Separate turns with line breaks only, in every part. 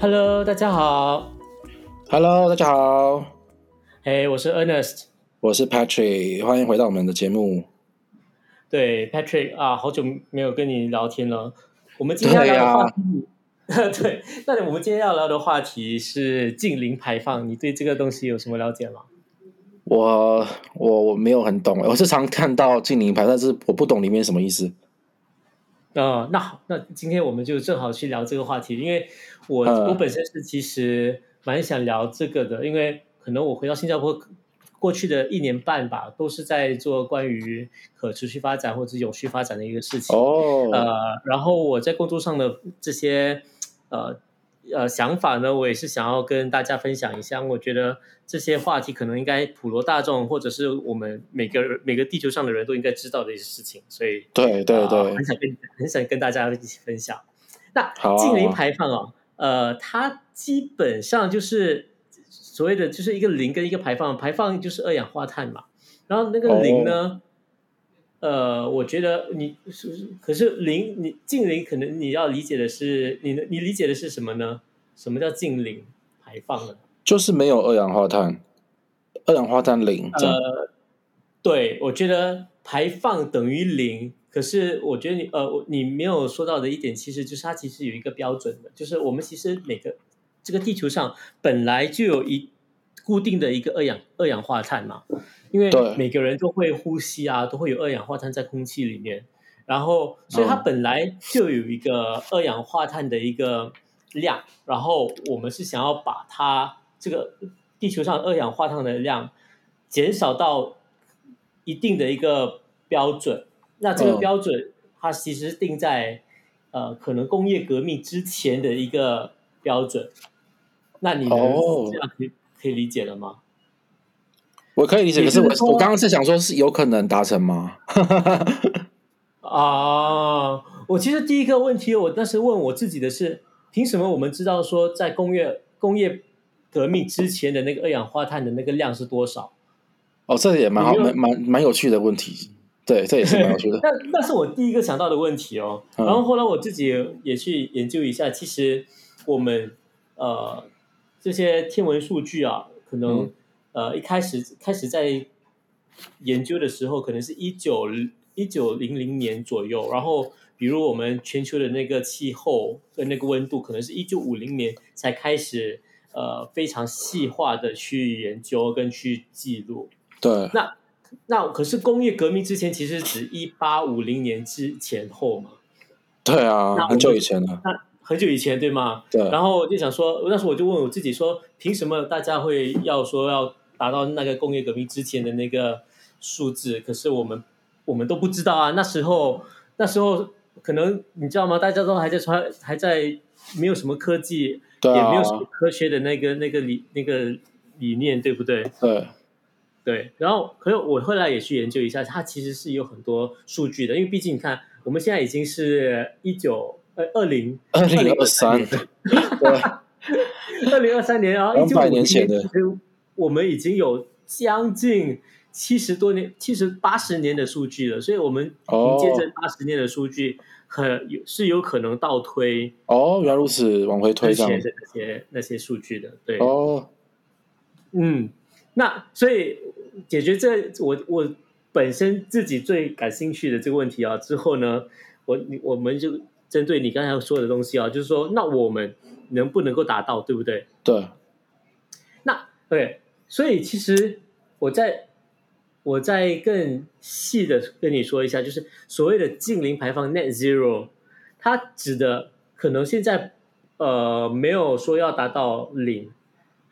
Hello，大家好，
Hello，大家好，
哎、我是 Ernest，
我是 Patrick，欢迎回到我们的节目。
对 Patrick 啊，好久没有跟你聊天了。我们今天要
对
聊的
呀
话 题，对，那我们今天要聊的话题是近零排放，你对这个东西有什么了解吗？
我我我没有很懂，我是常看到近邻牌，但是我不懂里面什么意思。
呃，那好，那今天我们就正好去聊这个话题，因为我、
嗯
我本身是其实蛮想聊这个的，因为可能我回到新加坡过去的一年半吧，都是在做关于可持续发展或者有序发展的一个事情。
哦，
呃，然后我在工作上的这些呃呃想法呢，我也是想要跟大家分享一下。我觉得这些话题可能应该普罗大众，或者是我们每个人每个地球上的人都应该知道的一些事情，所以
对对
呃
对，
很想跟很想跟大家一起分享。那
好啊
近
好
零
啊
排放哦，呃，它基本上就是所谓的就是一个零跟一个排放，排放就是二氧化碳嘛。然后那个零
哦
呢，呃，我觉得你是可是零，你近零可能你要理解的是你你理解的是什么呢？什么叫近零排放呢？
就是没有二氧化碳，二氧化碳零这样。
呃，对，我觉得排放等于零。可是我觉得你呃，我你没有说到的一点，其实就是它其实有一个标准的，就是我们其实每个这个地球上本来就有一固定的一个二氧二氧化碳嘛，因为
对
每个人都会呼吸啊，都会有二氧化碳在空气里面，然后所以它
嗯
本来就有一个二氧化碳的一个量，然后我们是想要把它这个地球上二氧化碳的量减少到一定的一个标准。那这个
嗯
标准它其实定在、呃可能工业革命之前的一个标准。那你能
哦
这样可以、可以理解了吗？
我可以理解，
也
可是
就是说
我我刚刚是想说，是有可能达成吗？
啊，我其实第一个问题，我当时问我自己的是，凭什么我们知道说在工业工业革命之前的那个二氧化碳的那个量是多少？
哦，这也蛮好，
没有
蛮蛮蛮有趣的问题。对，这也是蛮有 趣的。
那那是我第一个想到的问题哦。
嗯
然后后来我自己也去研究一下，其实我们呃这些天文数据啊，可能、
嗯
呃一开始开始在研究的时候，可能是一九一九零零年左右，然后。比如我们全球的那个气候跟那个温度，可能是一九五零年才开始，呃，非常细化的去研究跟去记录。
对，
那那可是工业革命之前，其实指一八五零年之前后嘛，
对
那
啊，
我
很久
们
以前了。
那很久以前对吗？
对，
然后我就想说，那时候我就问我自己说，凭什么大家会要说要达到那个工业革命之前的那个数字？可是我们我们都不知道啊，那时候那时候可能你知道吗？大家都还在穿，还在没有什么科技，
对
也没有
啊
什，么科学的那个那个理那个理念，对不对？
对，
对，然后可是我后来也去研究一下，它其实是有很多数据的，因为毕竟你看，我们现在已经是一九呃二零
二零二三，对。
二零二三年，然后一九
200年前的
我们已经有将近七十多年、七十八十年的数据了，所以我们凭
哦
借这八十年的数据，很有是有可能倒推
哦，原来如此，往回推
之
这
前
样。
的那些那些数据的，对，
哦，
嗯，那所以解决这我我本身自己最感兴趣的这个问题啊，之后呢，我你我们就针对你刚才说的东西啊，就是说，那我们能不能够达到，对不对？
对，
那对，所以其实我在我再更细的跟你说一下，就是所谓的近零排放 （net zero），它指的可能现在呃没有说要达到零，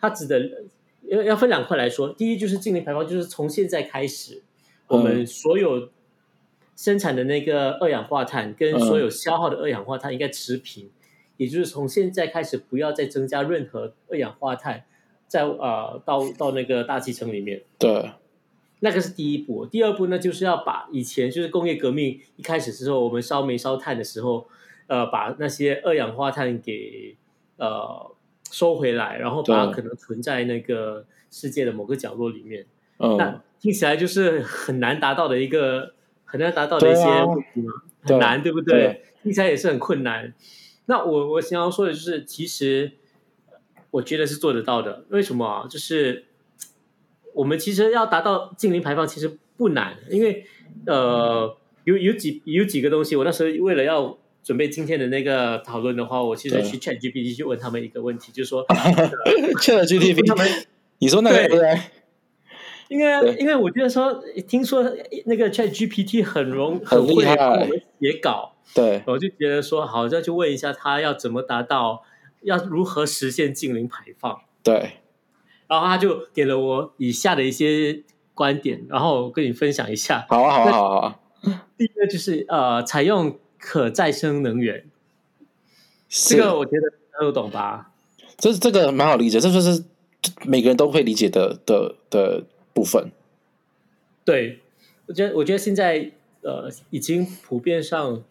它指的要要分两块来说。第一就是近零排放，就是从现在开始，我们
嗯
所有生产的那个二氧化碳跟
嗯
所有消耗的二氧化碳应该持平，也就是从现在开始不要再增加任何二氧化碳在呃到到那个大气层里面。
对，
那个是第一步，第二步呢，就是要把以前就是工业革命一开始之后，我们烧煤烧炭的时候，呃，把那些二氧化碳给呃收回来，然后把它
对
可能存在那个世界的某个角落里面。那
嗯，
听起来就是很难达到的一个很难达到的一些
对啊
问题嘛，
对
很难，对不对？
对
听起来也是很困难。那我我想要说的就是，其实我觉得是做得到的。为什么啊？就是我们其实要达到净零排放，其实不难，因为呃，有有几有几个东西，我那时候为了要准备今天的那个讨论的话，我其实
对
去 Chat GPT 去问他们一个问题，就是 说呃
现在 GTP，
他们
你说那个
对
AI
因为啊
对
因为我觉得说，听说那个 Chat GPT 很容
很
会
厉害
帮我们写稿，
对
我就觉得说，好，那就问一下他要怎么达到，要如何实现净零排放。
对
然后他就给了我以下的一些观点，然后我跟你分享一下。
好啊好啊好啊好啊，
第一个就是呃，采用可再生能源，这
这
个我觉得大家都懂吧？
这这个蛮好理解，这就是每个人都会理解的的的部分。
对，我觉得我觉得现在呃，已经普遍上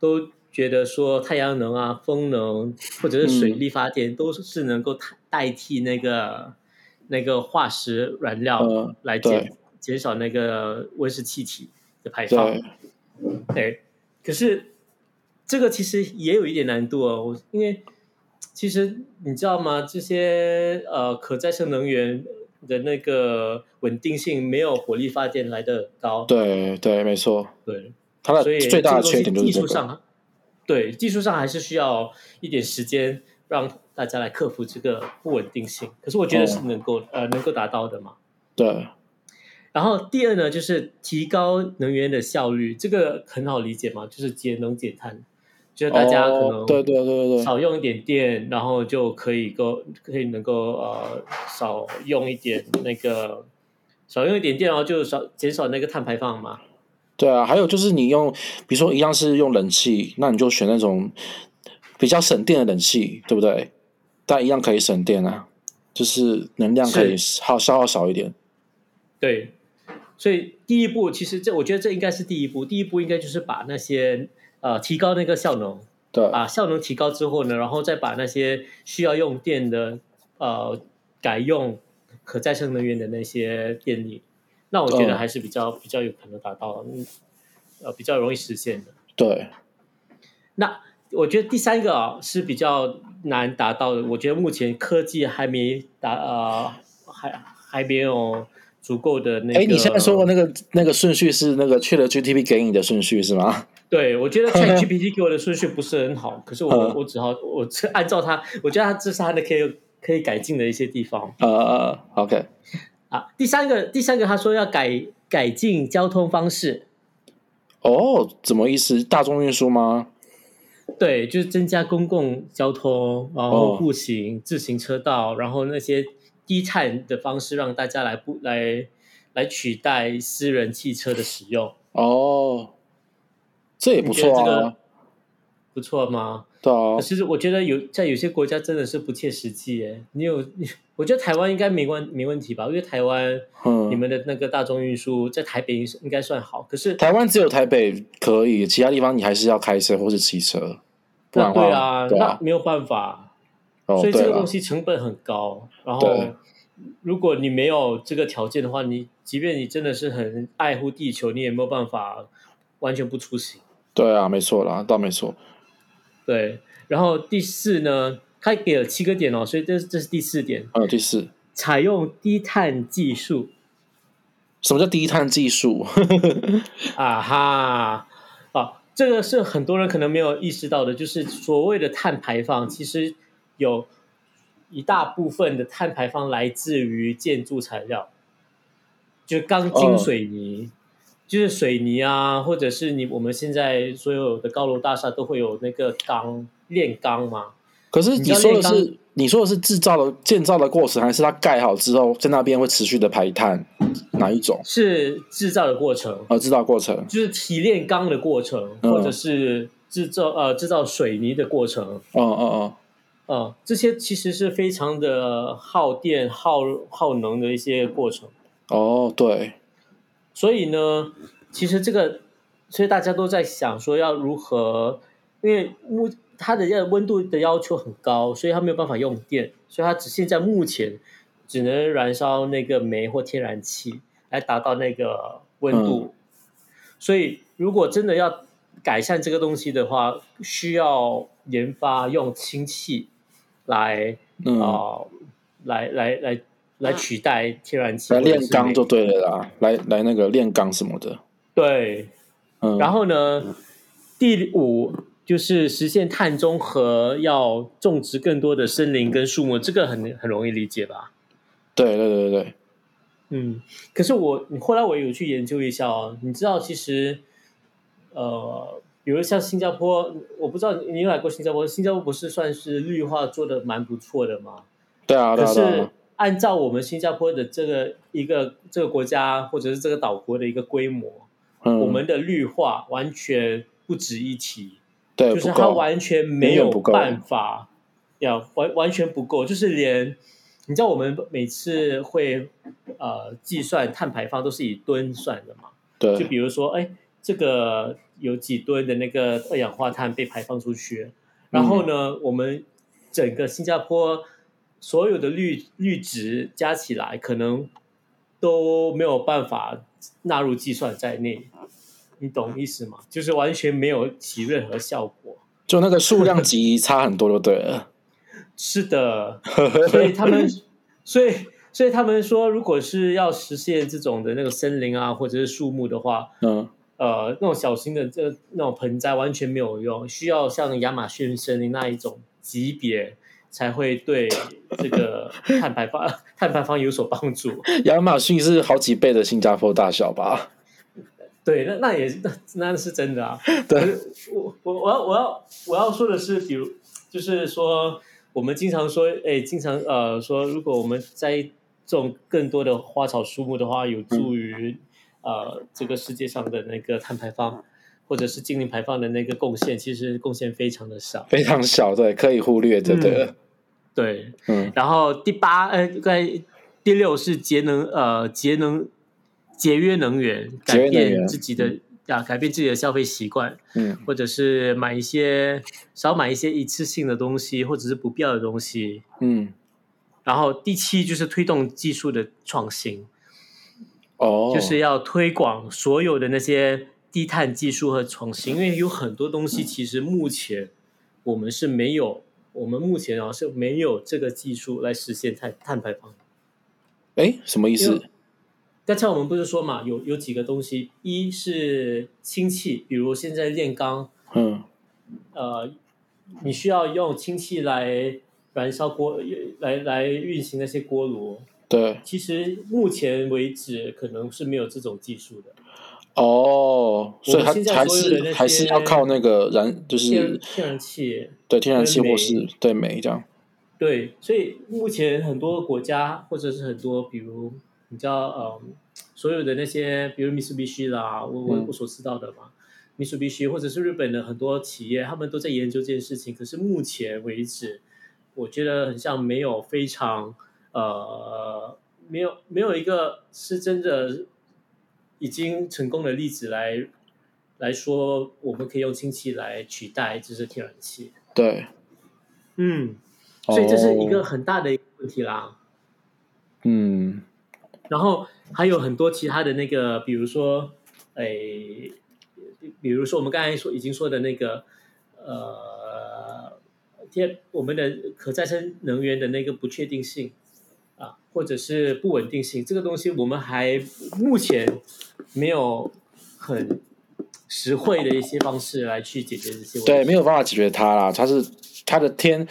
都觉得说太阳能啊、风能或者是水力发电、都是能够代代替那个那个化石燃料
嗯
来减、减少那个温室气体的排放。
对，
对，可是这个其实也有一点难度哦，我因为其实你知道吗？这些呃可再生能源的那个稳定性没有火力发电来的高。
对对，没错，
对，
它的
所以
最大的缺
这
点就是这
个东西技术
个。
上，对技术上还是需要一点时间让大家来克服这个不稳定性。可是我觉得是能够、呃能够达到的嘛。
对，
然后第二呢，就是提高能源的效率，这个很好理解嘛，就是节能减碳，就是大家可
哦
能
对对对对对，
少用一点电，然后就可以够可以能够呃少用一点那个少用一点电，然后就少减少那个碳排放嘛。
对啊，还有就是你用，比如说一样是用冷气，那你就选那种比较省电的冷气，对不对？但一样可以省电啊，就是能量可以耗消耗少一点。
对，所以第一步其实这我觉得这应该是第一步，第一步应该就是把那些呃提高那个效能，
对，
把效能提高之后呢，然后再把那些需要用电的呃改用可再生能源的那些电力，那我觉得
嗯
还是比较、比较有可能达到，嗯呃比较容易实现的。
对，
那我觉得第三个啊是比较难达到的，我觉得目前科技还没达呃还还没有足够的那个。
哎，你现在说的那个那个顺序是那个去了 GTP 给你的顺序是吗？
对，我觉得 ChatGPT 给我的顺序不是很好，可是我、
嗯
我只好我只按照它，我觉得它这是它的可以可以改进的一些地方
呃呃呃，OK，
啊。第三个，第三个他说要改改进交通方式，
哦，怎么意思？大众运输吗？
对，就是增加公共交通，然后
哦
步行、自行车道，然后那些低碳的方式，让大家来不来来取代私人汽车的使用，
哦，这也不错
你觉
啊
得，不错吗？
对
可，
啊
呃是我觉得有在有些国家真的是不切实际耶。你有， 你我觉得台湾应该没问没问题吧？因为台湾
嗯，
你们的那个大众运输在台北应该算好，可是
台湾只有台北可以，其他地方你还是要开车或是骑车，不然
那
的话，
对啊，
对
那
啊，
没有办法，
哦，
所以这
对
个
了
东，西成本很高。然后
对
如果你没有这个条件的话，你即便你真的是很爱护地球，你也没有办法完全不出行。
对啊，没错啦，倒没错，
对，然后第四呢，它给了七个点哦，所以这这是第四点，
还有第四，
采用低碳技术。
什么叫低碳技术？
啊哈，啊，这个是很多人可能没有意识到的，就是所谓的碳排放，其实有一大部分的碳排放来自于建筑材料，就是钢筋、
哦
水泥，就是水泥啊，或者是你我们现在所有的高楼大厦都会有那个钢炼钢嘛，
可是
你
你
知道
说的
炼
是你说的是制造的建造的过程，还是它盖好之后在那边会持续的排碳？哪一种？
是制造的过程，
呃，制造过程，
就是提炼钢的过程，
嗯
或者是制造呃制造水泥的过程。
嗯嗯
呃，这些其实是非常的耗电、耗耗能的一些过程。
嗯，哦，对，
所以呢，其实这个，所以大家都在想说要如何，因为目它的要温度的要求很高，所以它没有办法用电，所以它只现在目前只能燃烧那个煤或天然气来达到那个温度。所以如果真的要改善这个东西的话，需要研发用氢气来
嗯，
啊、来来来来取代天然气
来炼钢
做
就对了啦，来来那个炼钢什么的，
对。
嗯，
然后呢，第五就是实现碳中和，要种植更多的森林跟树木，这个很很容易理解吧？
对对对对对，
嗯，可是我你后来我有去研究一下哦，你知道其实，呃，比如像新加坡，我不知道你有来过新加坡，新加坡不是算是绿化做的蛮不错的吗？
对啊对
可
啊对
是
啊，
按照我们新加坡的这个一个这个国家或者是这个岛国的一个规模，
嗯，
我们的绿化完全不值一提，
对
就是
不
它
够，
完全没
远
有
远不够
办法，呀，完完全不够，就是连你知道我们每次会呃计算碳排放都是以吨算的嘛，就
对
比如说，哎，这个有几吨的那个二氧化碳被排放出去，然后呢，我们整个新加坡所有的绿绿植加起来，可能都没有办法纳入计算在内，你懂意思吗？就是完全没有起任何效果。
就那个数量级差很多就对 了，
是的，所以他们，所以所以他们说，如果是要实现这种的那个森林啊，或者是树木的话，
嗯，
呃，那种小型的这那种盆栽完全没有用，需要像亚马逊森林那一种级别才会对这个碳排放 碳排放有所帮助。
亚马逊是好几倍的新加坡大小吧？
对，那那也那那是真的啊。可
对，
是我我我要我要我要说的是，比如就是说，我们经常说，哎，经常呃说，如果我们栽种更多的花草树木的话，有
嗯
助于、呃这个世界上的那个碳排放或者是净零排放的那个贡献，其实贡献非常的少。
非常小，对，可以忽略就对了，
对，
嗯，
然后第八呃，该第六是节能呃节能节约能源，
节
改
约能源
变自己的。啊，改变自己的消费习惯，
嗯
或者是买一些少买一些一次性的东西，或者是不必要的东西。
嗯，
然后第七就是推动技术的创新，
哦，
就是要推广所有的那些低碳技术和创新，因为有很多东西其实目前我们是没有，我们目前啊是没有这个技术来实现碳碳排放。
哎，什么意
因
思
为？刚才我们不是说嘛，有有几个东西，一是氢气，比如现在炼钢，
嗯，
呃，你需要用氢气来燃烧锅，呃来来运行那些锅炉。
对，
其实目前为止，可能是没有这种技术的。
哦，所以
我们现在
还还
所有的那
是
些
还是要靠那个燃，就
天
是
嗯天然气，
对天然气
跟煤
或是对煤这样，
对，所以目前很多国家或者是很多，比如你知道，呃，所有的那些，比如 Mitsubishi 啦，我我
嗯
我所知道的嘛，Mitsubishi 或者是日本的很多企业，他们都在研究这件事情。可是目前为止，我觉得很像没有非常呃，没有没有一个是真的已经成功的例子来来说，我们可以用氢气来取代就是天然气。
对，
嗯，所以这是一个
哦
很大的一个问题啦。
嗯，
然后还有很多其他的那个，比如说，诶、比如说我们刚才说已经说的那个，呃，天，我们的可再生能源的那个不确定性啊，或者是不稳定性，这个东西我们还目前没有很实惠的一些方式来去解决这些问题。
对，没有办法解决它啦，它是它的天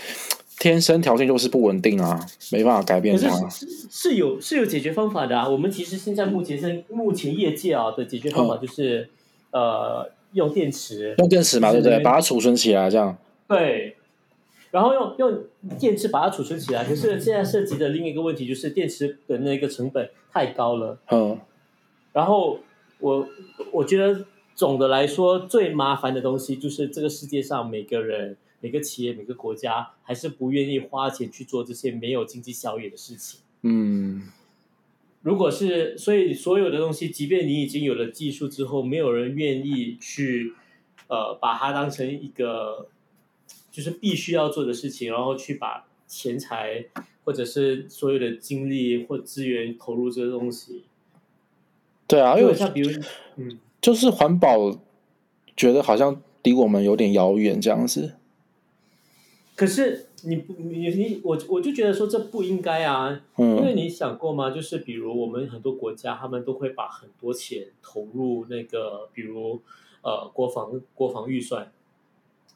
天生条件就是不稳定啊，没办法改变
可是
它。
是是是有是有解决方法的啊！我们其实现在目前现目前业界啊的解决方法就是，呃，用电池，
用电池嘛，对
就是
不对？
那边
把它储存起来，这样。
对，然后用用电池把它储存起来。可是现在涉及的另一个问题就是电池的那个成本太高了。
嗯，
然后我我觉得总的来说最麻烦的东西就是这个世界上每个人、每个企业、每个国家还是不愿意花钱去做这些没有经济效益的事情。
嗯，
如果是，所以所有的东西，即便你已经有了技术之后，没有人愿意去，呃，把它当成一个就是必须要做的事情，然后去把钱财或者是所有的精力或资源投入这个东西。
对啊，因
因
为
为像比如，嗯，
就是环保，觉得好像离我们有点遥远这样子。
可是你不你你我我就觉得说这不应该啊，因为
嗯，
你想过吗？就是比如我们很多国家，他们都会把很多钱投入那个，比如呃国防国防预算，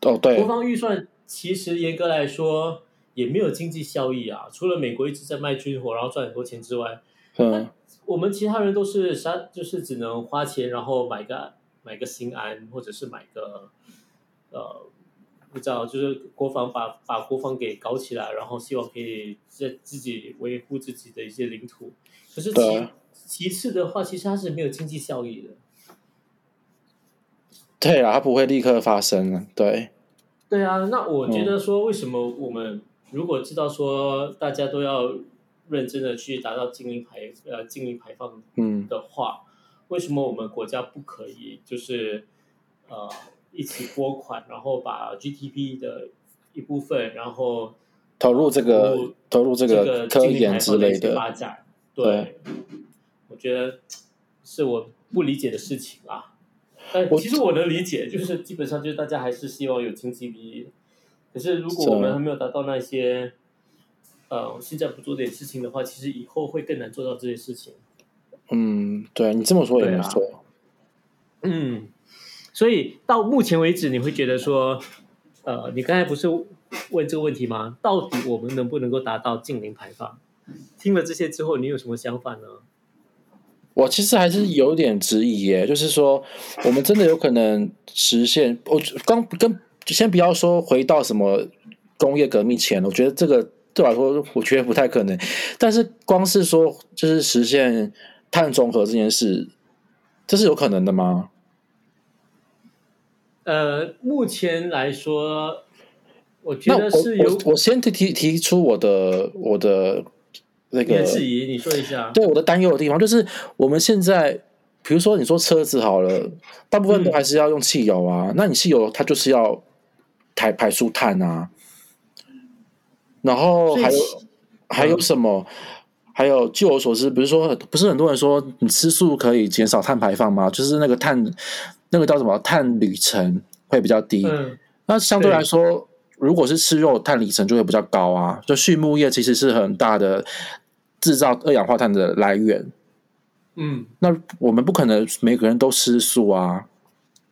哦
国
对，
防预算其实严格来说也没有经济效益啊，除了美国一直在卖军火，然后赚很多钱之外，
嗯
我们其他人都是啥，就是只能花钱，然后买个买个心安，或者是买个呃，不知道，就是国防把把国防给搞起来，然后希望可以在自己维护自己的一些领土。可是
对
其
啊
其次的话，其实它是没有经济效益的。
对啦，它不会立刻发生的，对，
对啊，那我觉得说，为什么我们如果知道说大家都要认真的去达到净零排呃净零排放
嗯
的话，为什么我们国家不可以就是呃一起拨款，然后把 GDP 的一部分，然后
投入这
投
个
入
投入这
这
个
个
科
净零
研
排
之
放的
类
一些
的，
发展？对，我觉得是我不理解的事情啊。但
我
其实我能理解，就是基本上就是大家还是希望有经济利益，可是如果
是啊
我们还没有达到那些。呃，现在不做点事情的话，其实以后会更难做到这些事情。
嗯，对你这么说也
对
没
啊
错，
嗯，所以到目前为止，你会觉得说，呃，你刚才不是问这个问题吗？到底我们能不能够达到净零排放？听了这些之后，你有什么想法呢？
我其实还是有点质疑耶，就是说，我们真的有可能实现？我刚跟先不要说回到什么工业革命前，我觉得这个对我来说，我觉得不太可能。但是光是说，就是实现碳中和这件事，这是有可能的吗？
呃，目前来说，我觉
那
得
我
是有
我我先提提提出我的我的那
你
个
的质疑，你说一下。
对我的担忧的地方，就是我们现在，比如说你说车子好了，大部分
嗯
都还是要用汽油啊，那你汽油它就是要排排出碳啊，然后
所以嗯
还有
其
还有什么？还有，据我所知，不是说不是很多人说你吃素可以减少碳排放吗？就是那个碳，那个叫什么碳旅程会比较低。
嗯，
那相对
对
来说，如果是吃肉，碳里程就会比较高啊。就畜牧业其实是很大的制造二氧化碳的来源。
嗯，
那我们不可能每个人都吃素啊。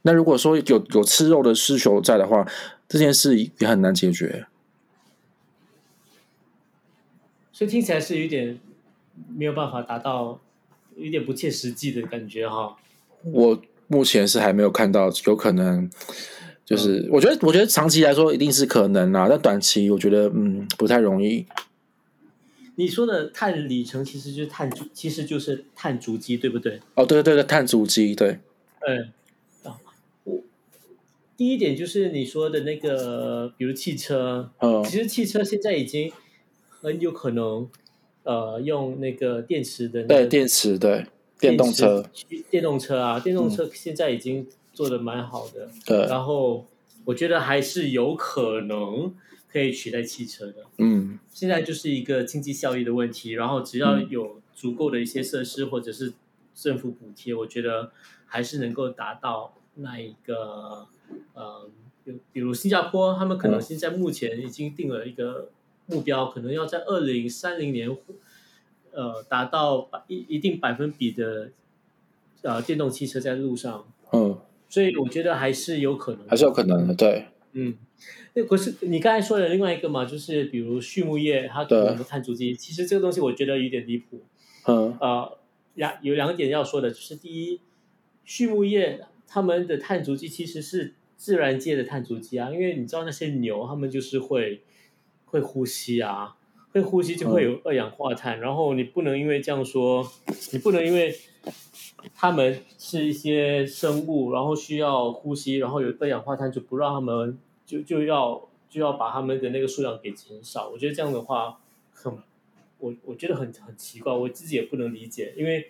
那如果说有有吃肉的需求在的话，这件事也很难解决。
所以听起来是有点没有办法达到，有点不切实际的感觉哈。
我目前是还没有看到有可能，
嗯
就是我觉得，我觉得长期来说一定是可能啊啦，但短期我觉得嗯不太容易。
你说的碳里程其实就是碳足，其实就是碳足迹，对不对？
哦，对对对，碳足迹，对，
嗯，啊，我第一点就是你说的那个，比如汽车，
嗯
其实汽车现在已经很有可能，呃，用那个电池的那
对，
个
电池，对，电动车，嗯
池去，电动车啊，电动车现在已经做的蛮好的，
对，
然后我觉得还是有可能可以取代汽车的。
嗯。
现在就是一个经济效益的问题，然后只要有足够的一些设施或者是政府补贴，我觉得还是能够达到那一个，呃，比比如新加坡，他们可能
嗯
现在目前已经定了一个目标，可能要在二零三零年，呃，达到百一一定百分比的，呃，电动汽车在路上，
嗯，
所以我觉得还是有可能的，
还是有可能的，对，
嗯，那可是你刚才说的另外一个嘛，就是比如畜牧业，它可能的碳足迹，其实这个东西我觉得有点离谱。
嗯
呃，两有两点要说的，就是第一，畜牧业他们的碳足迹其实是自然界的碳足迹啊，因为你知道那些牛，它们就是会会呼吸啊，会呼吸就会有二氧化碳，然后你不能因为这样说，你不能因为它们是一些生物，然后需要呼吸，然后有二氧化碳，就不让它们就就要就要把它们的那个数量给减少。我觉得这样的话很，我我觉得很很奇怪，我自己也不能理解，因为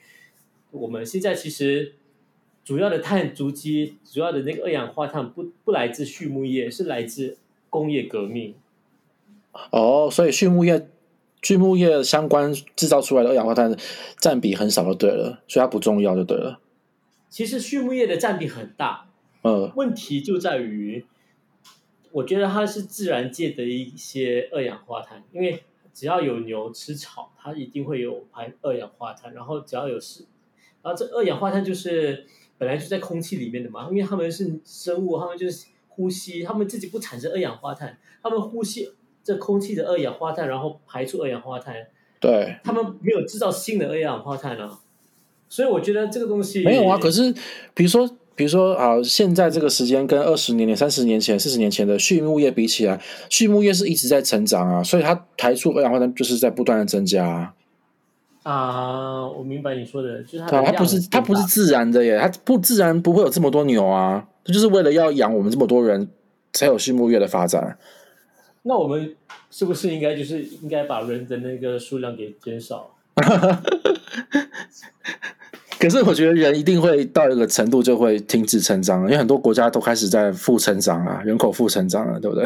我们现在其实。主要的碳足迹，主要的那个二氧化碳不不来自畜牧业，是来自工业革命。
哦，所以畜牧业，畜牧业相关制造出来的二氧化碳占比很少就对了，所以它不重要就对了。
其实畜牧业的占比很大，
嗯
问题就在于我觉得它是自然界的一些二氧化碳，因为只要有牛吃草，它一定会有排二氧化碳，然后只要有是，然后这二氧化碳就是本来就在空气里面的嘛，因为它们是生物，它们就是呼吸，它们自己不产生二氧化碳，它们呼吸这空气的二氧化碳，然后排出二氧化碳，
对，
它们没有制造新的二氧化碳啊，所以我觉得这个东西
没有啊。可是，比如说，比如说啊，现在这个时间跟二十年前、三十年前、四十年前的畜牧业比起来，畜牧业是一直在成长啊，所以它排出二氧化碳就是在不断的增加啊。
啊，我明白你说的，就是它
对
的
啊，它
量
不是
很
它不是
大
自然的耶，它不自然不会有这么多牛啊，它就是为了要养我们这么多人，才有畜牧业的发展。
那我们是不是应该就是应该把人的那个数量给减少？
可是我觉得人一定会到一个程度就会停止成长了，因为很多国家都开始在负成长啊，人口负成长了，对不对？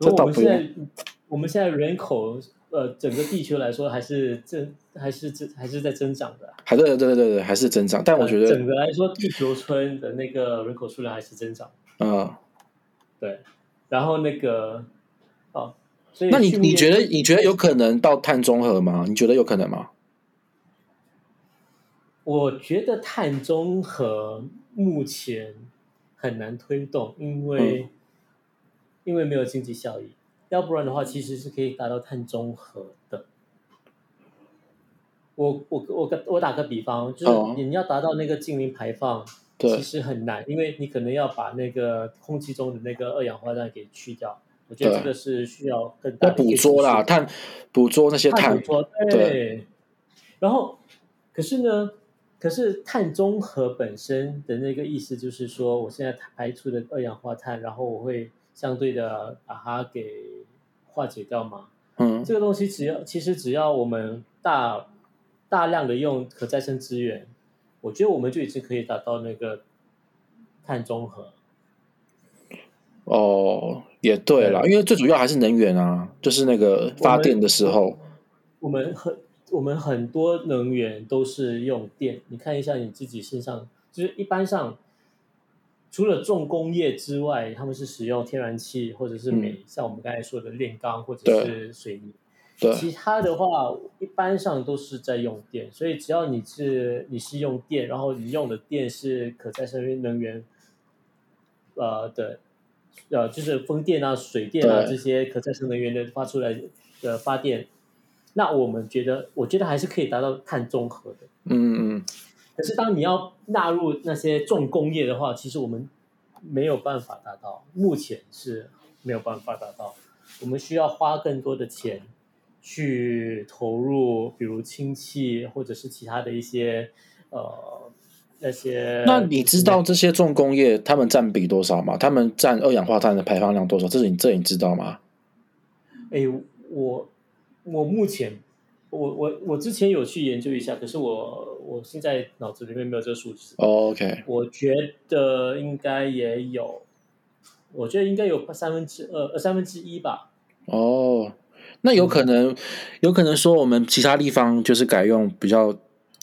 这
如果
倒
我们
不
现
用。
在我们现在人口呃整个地球来说还是增还是增还是在增长的啊。
还对对对对对，还是增长。但我觉得，
整个来说，地球村的那个人口数量还是增长。
嗯，
对，然后那个哦，所以
那你
畜牧业
你觉得你觉得有可能到碳中和吗？你觉得有可能吗？
我觉得碳中和目前很难推动，因为、
嗯
因为没有经济效益，要不然的话其实是可以达到碳中和的。我我我个我打个比方，就是
哦
你要达到那个净零排放，其
对，
实很难，因为你可能要把那个空气中的那个二氧化碳给去掉。我觉得
对
这个是需要更大
要
的一
捕
个
捉
技
啦，
术
碳捕捉那些
碳
碳
捕，捉，对。然后，可是呢，可是碳中和本身的那个意思就是说，我现在排出的二氧化碳，然后我会相对的把它给化解掉嘛。
嗯，
这个东西只要其实只要我们大大量的用可再生资源，我觉得我们就已经可以达到那个碳中和。
哦，也对啦，
对
因为最主要还是能源啊，就是那个发电的时候，
我们很我们很多能源都是用电，你看一下你自己身上，就是一般上，除了重工业之外，他们是使用天然气或者是煤，像我们刚才说的炼钢或者是水泥。
对
其他的话，一般上都是在用电，所以只要你是你是用电，然后你用的电是可再生能源，呃的，呃就是风电啊、水电啊
对
这些可再生能源的发出来的发电，那我们觉得，我觉得还是可以达到碳中和的。
嗯嗯
可是当你要纳入那些重工业的话，其实我们没有办法达到，目前是没有办法达到。我们需要花更多的钱去投入，比如氢气或者是其他的一些呃那些。
嗯。那你知道这些重工业他们占比多少吗？他们占二氧化碳的排放量多少？这是你这你知道吗？
哎，我我目前我我我之前有去研究一下，可是我我现在脑子里面没有这个数字。
哦，OK，
我觉得应该也有，我觉得应该有三分之二、呃三分之一吧。
哦，那有
嗯
可能，有可能说我们其他地方就是改用比较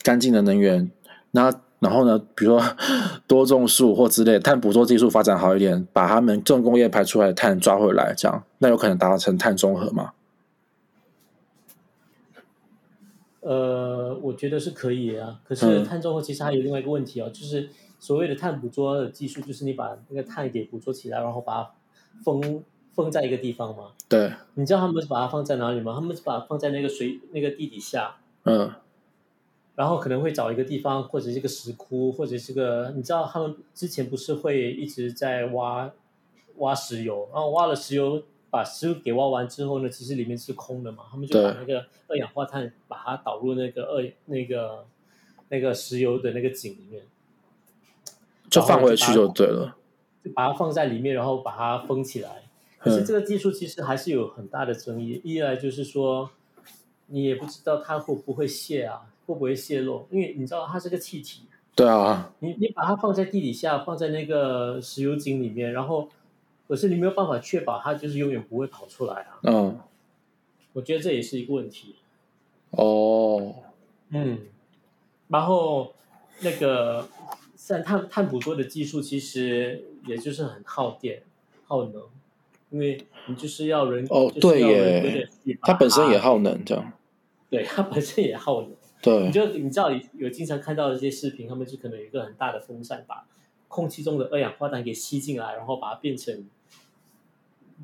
干净的能源，那然后呢，比如说 多种树或之类，碳捕捉技术发展好一点，把他们重工业排出来的碳抓回来，这样那有可能达成碳中和嘛？
呃，我觉得是可以啊。可是
嗯
碳中和其实还有另外一个问题哦，就是所谓的碳捕捉的技术，就是你把那个碳给捕捉起来，然后把它封封在一个地方嘛。
对，
你知道他们是把它放在哪里吗？他们是把它放在那个水那个地底下，
嗯，
然后可能会找一个地方，或者是一个石窟，或者是个，你知道他们之前不是会一直在挖挖石油，然后挖了石油，把石油给挖完之后呢，其实里面是空的嘛，他们就
对
把那个二氧化碳把它导入那个二那个那个石油的那个井里面，
就放回去
然后
就
就把
对了。
就把它放在里面，然后把它封起来。可是
嗯
这个技术其实还是有很大的争议，一来就是说，你也不知道它会不会泄啊，会不会泄漏，因为你知道它是个气体。
对啊，
你你把它放在地底下，放在那个石油井里面，然后可是你没有办法确保它就是永远不会跑出来啊。
嗯，
我觉得这也是一个问题。
哦，
嗯，然后那个像碳碳捕捉的技术，其实也就是很耗电、耗能，因为你就是要人
哦
就是
对
要
耶
人规的去把
它本身也耗能，这样
对它本身也耗能。
对
你，就你知道有经常看到一些视频，他们就可能有一个很大的风扇，把空气中的二氧化碳给吸进来，然后把它变成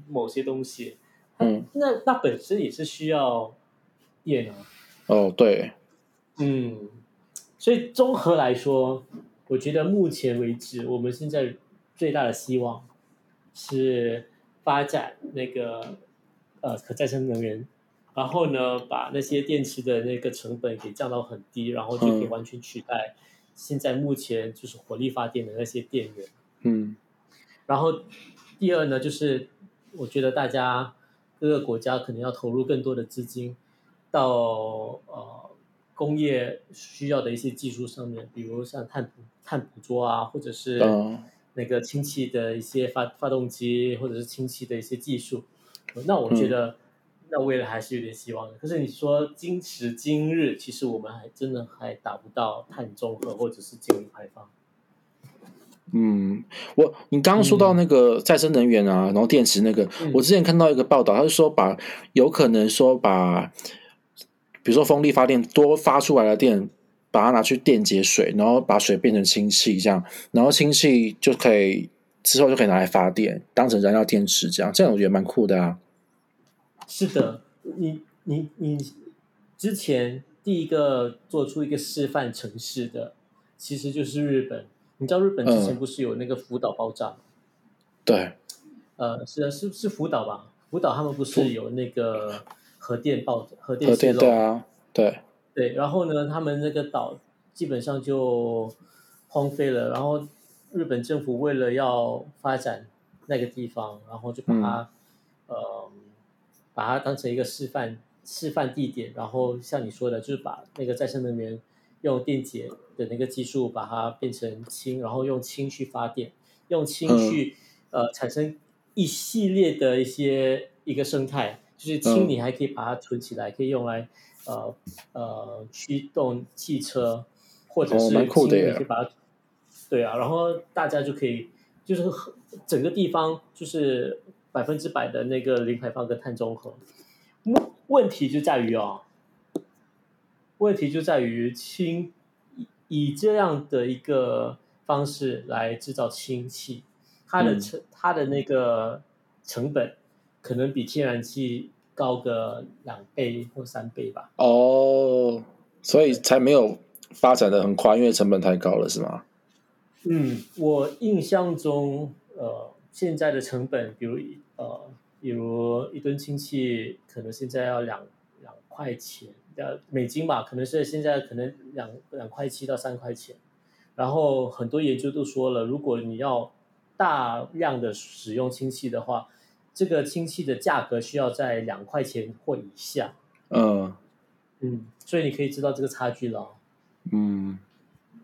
某些东西。
嗯，
那那本身也是需要电啊。
哦对，
嗯，所以综合来说，我觉得目前为止，我们现在最大的希望是发展那个呃可再生能源，然后呢，把那些电池的那个成本给降到很低，然后就可以
嗯
完全取代现在目前就是火力发电的那些电源。
嗯
然后第二呢，就是我觉得大家各个国家可能要投入更多的资金到呃工业需要的一些技术上面，比如像碳捕碳捕捉啊，或者是
嗯
那个氢气的一些发发动机，或者是氢气的一些技术。呃那我觉
嗯
得。那未来还是有点希望的，可是你说今时今日，其实我们还真的还达不到碳中和或者是净零排放。
嗯，我你刚刚说到那个再生能源啊，然后电池那个，
嗯
我之前看到一个报道，他是说把有可能说把，比如说风力发电多发出来的电，把它拿去电解水，然后把水变成氢气这样，然后氢气就可以之后就可以拿来发电，当成燃料电池这样，这样我觉得蛮酷的啊。
是的，你你你之前第一个做出一个示范城市的，其实就是日本。你知道日本之前
嗯
不是有那个福岛爆炸吗？
对，
呃，是啊，是是福岛吧？福岛他们不是有那个核电爆核电
核
泄
电
漏？
对啊，对，
对，然后呢，他们那个岛基本上就荒废了。然后日本政府为了要发展那个地方，然后就把它、
嗯
呃把它当成一个示范示范地点，然后像你说的，就是把那个再生能源用电解的那个技术把它变成氢，然后用氢去发电，用氢
嗯
去、呃产生一系列的一些一个生态，就是氢
嗯
你还可以把它存起来，可以用来呃呃驱动汽车，或者
哦
是
蛮酷
氢
的
你
耶
可以把它对啊，然后大家就可以就是和整个地方就是百分之百的那个零排放跟碳中和。问问题就在于哦，问题就在于氢以以这样的一个方式来制造氢气，它的
嗯
成、它的那个成本可能比天然气高个两倍或三倍吧。
哦，所以才没有发展的很快，因为成本太高了，是吗？
嗯，我印象中，呃，现在的成本，比如一呃，比如一吨氢气，可能现在要两两块钱，呃，美金吧，可能是现在可能两两块七到三块钱。然后很多研究都说了，如果你要大量的使用氢气的话，这个氢气的价格需要在两块钱或以下。
嗯
嗯，所以你可以知道这个差距了。哦
嗯，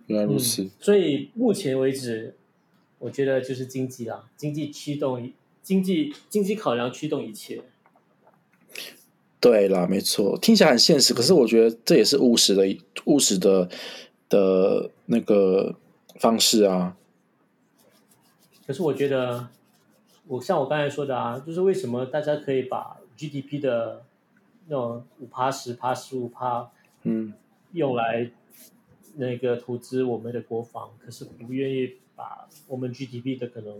原来如此。
嗯。所以目前为止，我觉得就是经济啦，经济驱动一，经济经济考量驱动一切。
对啦，没错，听起来很现实，可是我觉得这也是务实的一务实的的那个方式啊。
可是我觉得，我像我刚才说的啊，就是为什么大家可以把 GDP 的那种五趴、十趴、十五趴
嗯，
用来那个投资我们的国防，可是不愿意把我们 GDP 的可能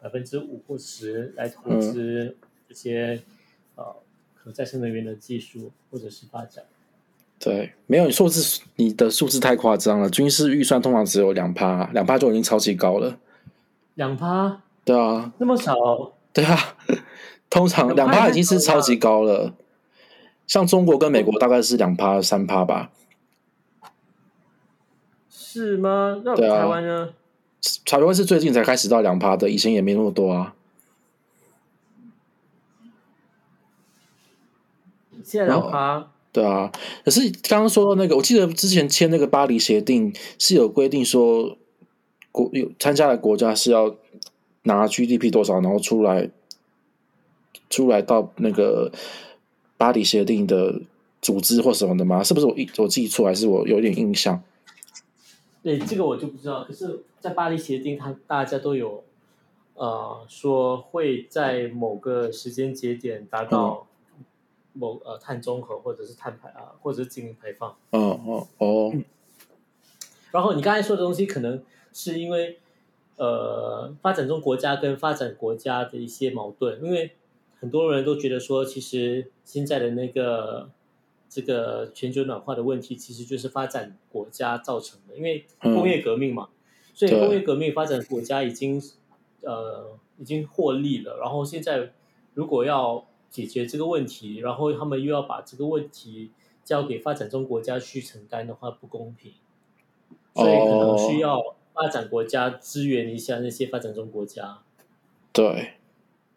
百分之五或十来投资这些、呃可再生能源的技术或者是发展。
对，没有你数字，你的数字太夸张了。军事预算通常只有两趴，两趴就已经超级高了。
两趴
对啊，
那么少，
对啊，通常两
两趴
趴
也
已经
太
是
高
超
了
级高了。像中国跟美国大概是两趴、三趴吧，
是吗？那
对啊
台湾呢？
台湾是最近才开始到两趴的，以前也没那么多啊。
现在
然
两
后
趴，
对啊，可是刚刚说到那个，我记得之前签那个巴黎协定是有规定说，国有参加的国家是要拿 GDP 多少，然后出来出来到那个巴黎协定的组织或什么的吗？是不是我一我记错，还是我有点印象？
对这个我就不知道。可是，在巴黎协定，它大家都有呃说会在某个时间节点达到
嗯
某呃碳中和或者是碳排啊、或者是净零排放。
嗯哦哦，
然后你刚才说的东西，可能是因为呃发展中国家跟发展国家的一些矛盾，因为很多人都觉得说，其实现在的那个这个全球暖化的问题，其实就是发展国家造成的，因为工业革命嘛，所以
对
工业革命发展国家已经呃已经获利了，然后现在如果要解决这个问题，然后他们又要把这个问题交给发展中国家去承担的话，不公平。所以可能需要发展国家支援一下那些发展中国家。
对，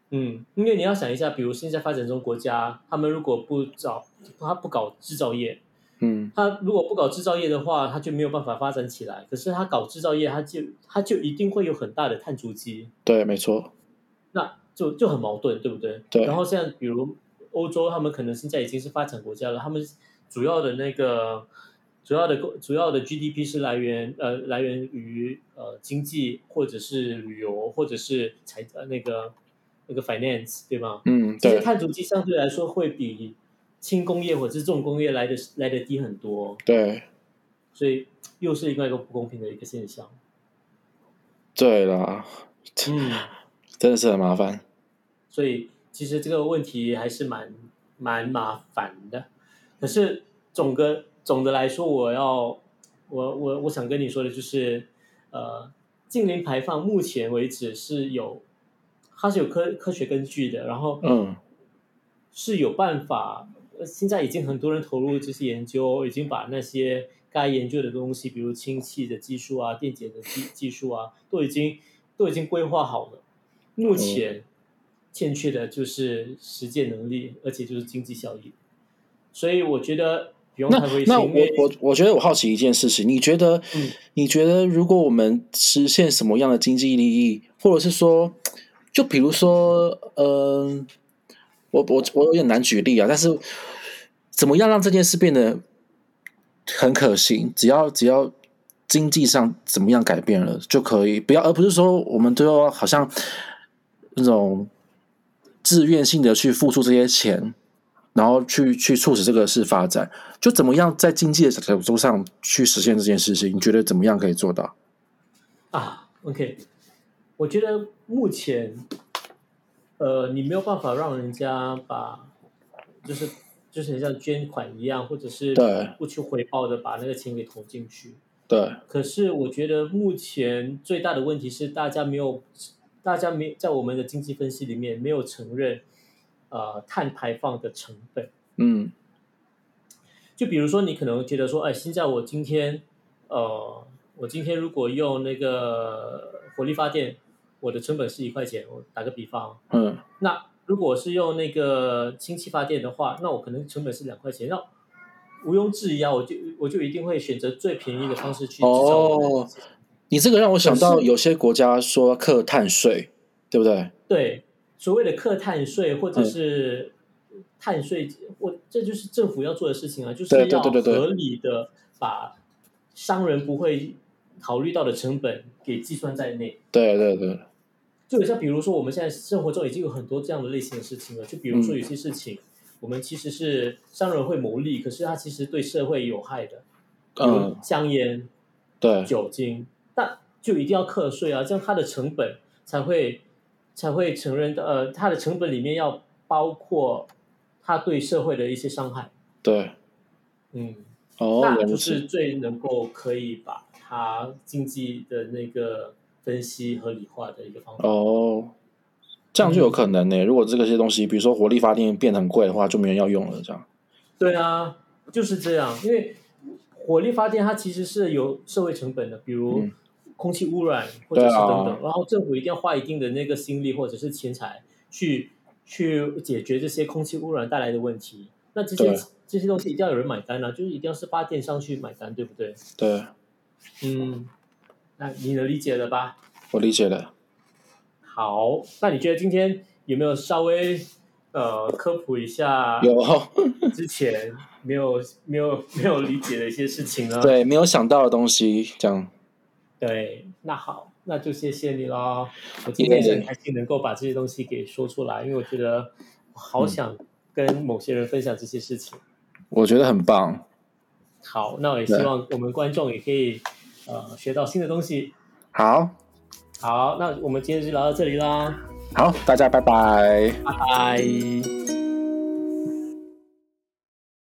嗯，因为你要想一下，比如现在发展中国家，他们如果不找他不搞制造业，
嗯
他如果不搞制造业的话，他就没有办法发展起来。可是他搞制造业，他就他就一定会有很大的碳足迹，
对，没错，
那就就很矛盾，对不对？
对
然后像比如欧洲，他们可能现在已经是发展国家了，他们主要的那个主要的主要的 GDP 是来源呃来源于呃经济或者是旅游或者是财呃那个那个 finance 对吗？
嗯
这些
对
碳足迹相对来说会比轻工业或者是重工业来的来的低很多，
对
所以又是另外一个不公平的一个现象。
对啦，
嗯。
真的是很麻烦。
所以其实这个问题还是蛮蛮麻烦的。可是总的总的来说，我要我我我想跟你说的就是，呃，近零排放目前为止是有它是有科科学根据的，然后
嗯
是有办法。呃现在已经很多人投入这些研究，已经把那些该研究的东西，比如氢气的技术啊、电解的技技术啊，都已经都已经规划好了。目前欠缺的就是实践能力，而且就是经济效益。所以我觉得不用
那
太灰心，
那
因
我
为
我我觉得我好奇一件事情，你觉得、
嗯
你觉得如果我们实现什么样的经济利益，或者是说，就比如说，嗯、我我我有点难举例啊，但是怎么样让这件事变得很可行？只要只要经济上怎么样改变了就可以，不要而不是说我们都要好像那种自愿性的去付出这些钱。然后去去促使这个事发展，就怎么样在经济的角度上去实现这件事情？你觉得怎么样可以做到？
啊，OK，我觉得目前，呃，你没有办法让人家把，就是就是很像捐款一样，或者是
对
不求回报的把那个钱给投进去。
对，
可是我觉得目前最大的问题是，大家没有，大家没在我们的经济分析里面没有承认，呃，碳排放的成本。
嗯
就比如说，你可能觉得说，哎，现在我今天，呃，我今天如果用那个火力发电，我的成本是一块钱，我打个比方，
嗯
那如果是用那个氢气发电的话，那我可能成本是两块钱，那毋庸置疑啊，我就我就一定会选择最便宜的方式去制造我
哦
的。，
你这个让我想到
可是
有些国家说要课碳税，对不对？
对，所谓的课碳税或
嗯
者是碳税，我这就是政府要做的事情啊，就是
对对
要
对对对
合理的把商人不会考虑到的成本给计算在内。
对对对，
就很像比如说我们现在生活中已经有很多这样的类型的事情了，就比如
嗯
说有些事情，我们其实是商人会牟利，可是它其实对社会有害的，比如
嗯
香烟、
对
酒精，那就一定要课税啊，这样它的成本才会才会承认的，呃，它的成本里面要包括它对社会的一些伤害，
对，
嗯，
哦，原
那
来
就
如
是
此，
最能够可以把它经济的那个分析合理化的一个方法。
哦，这样就有可能呢、如果这个些东西，比如说火力发电变得很贵的话，就没人要用了，这样。
对啊，就是这样，因为火力发电它其实是有社会成本的，比如
嗯
空气污染或者是
对啊
等等，然后政府一定要花一定的那个心力或者是钱财去去解决这些空气污染带来的问题。那这些
对
这些东西一定要有人买单啊，就是一定要是发电商去买单，对不对？
对，
嗯，那你能理解了吧？
我理解了。
好，那你觉得今天有没有稍微呃科普一下
有，
之前没有没有没有理解的一些事情呢？
对，没有想到的东西，这样。
对，那好，那就谢谢你喽。我今天也很开心能够把这些东西给说出来，因为我觉得我好想跟某些人分享这些事情。
我觉得很棒。
好，那我也希望我们观众也可以呃学到新的东西。
好，
好，那我们今天就聊到这里啦，
好，大家拜拜。
拜拜。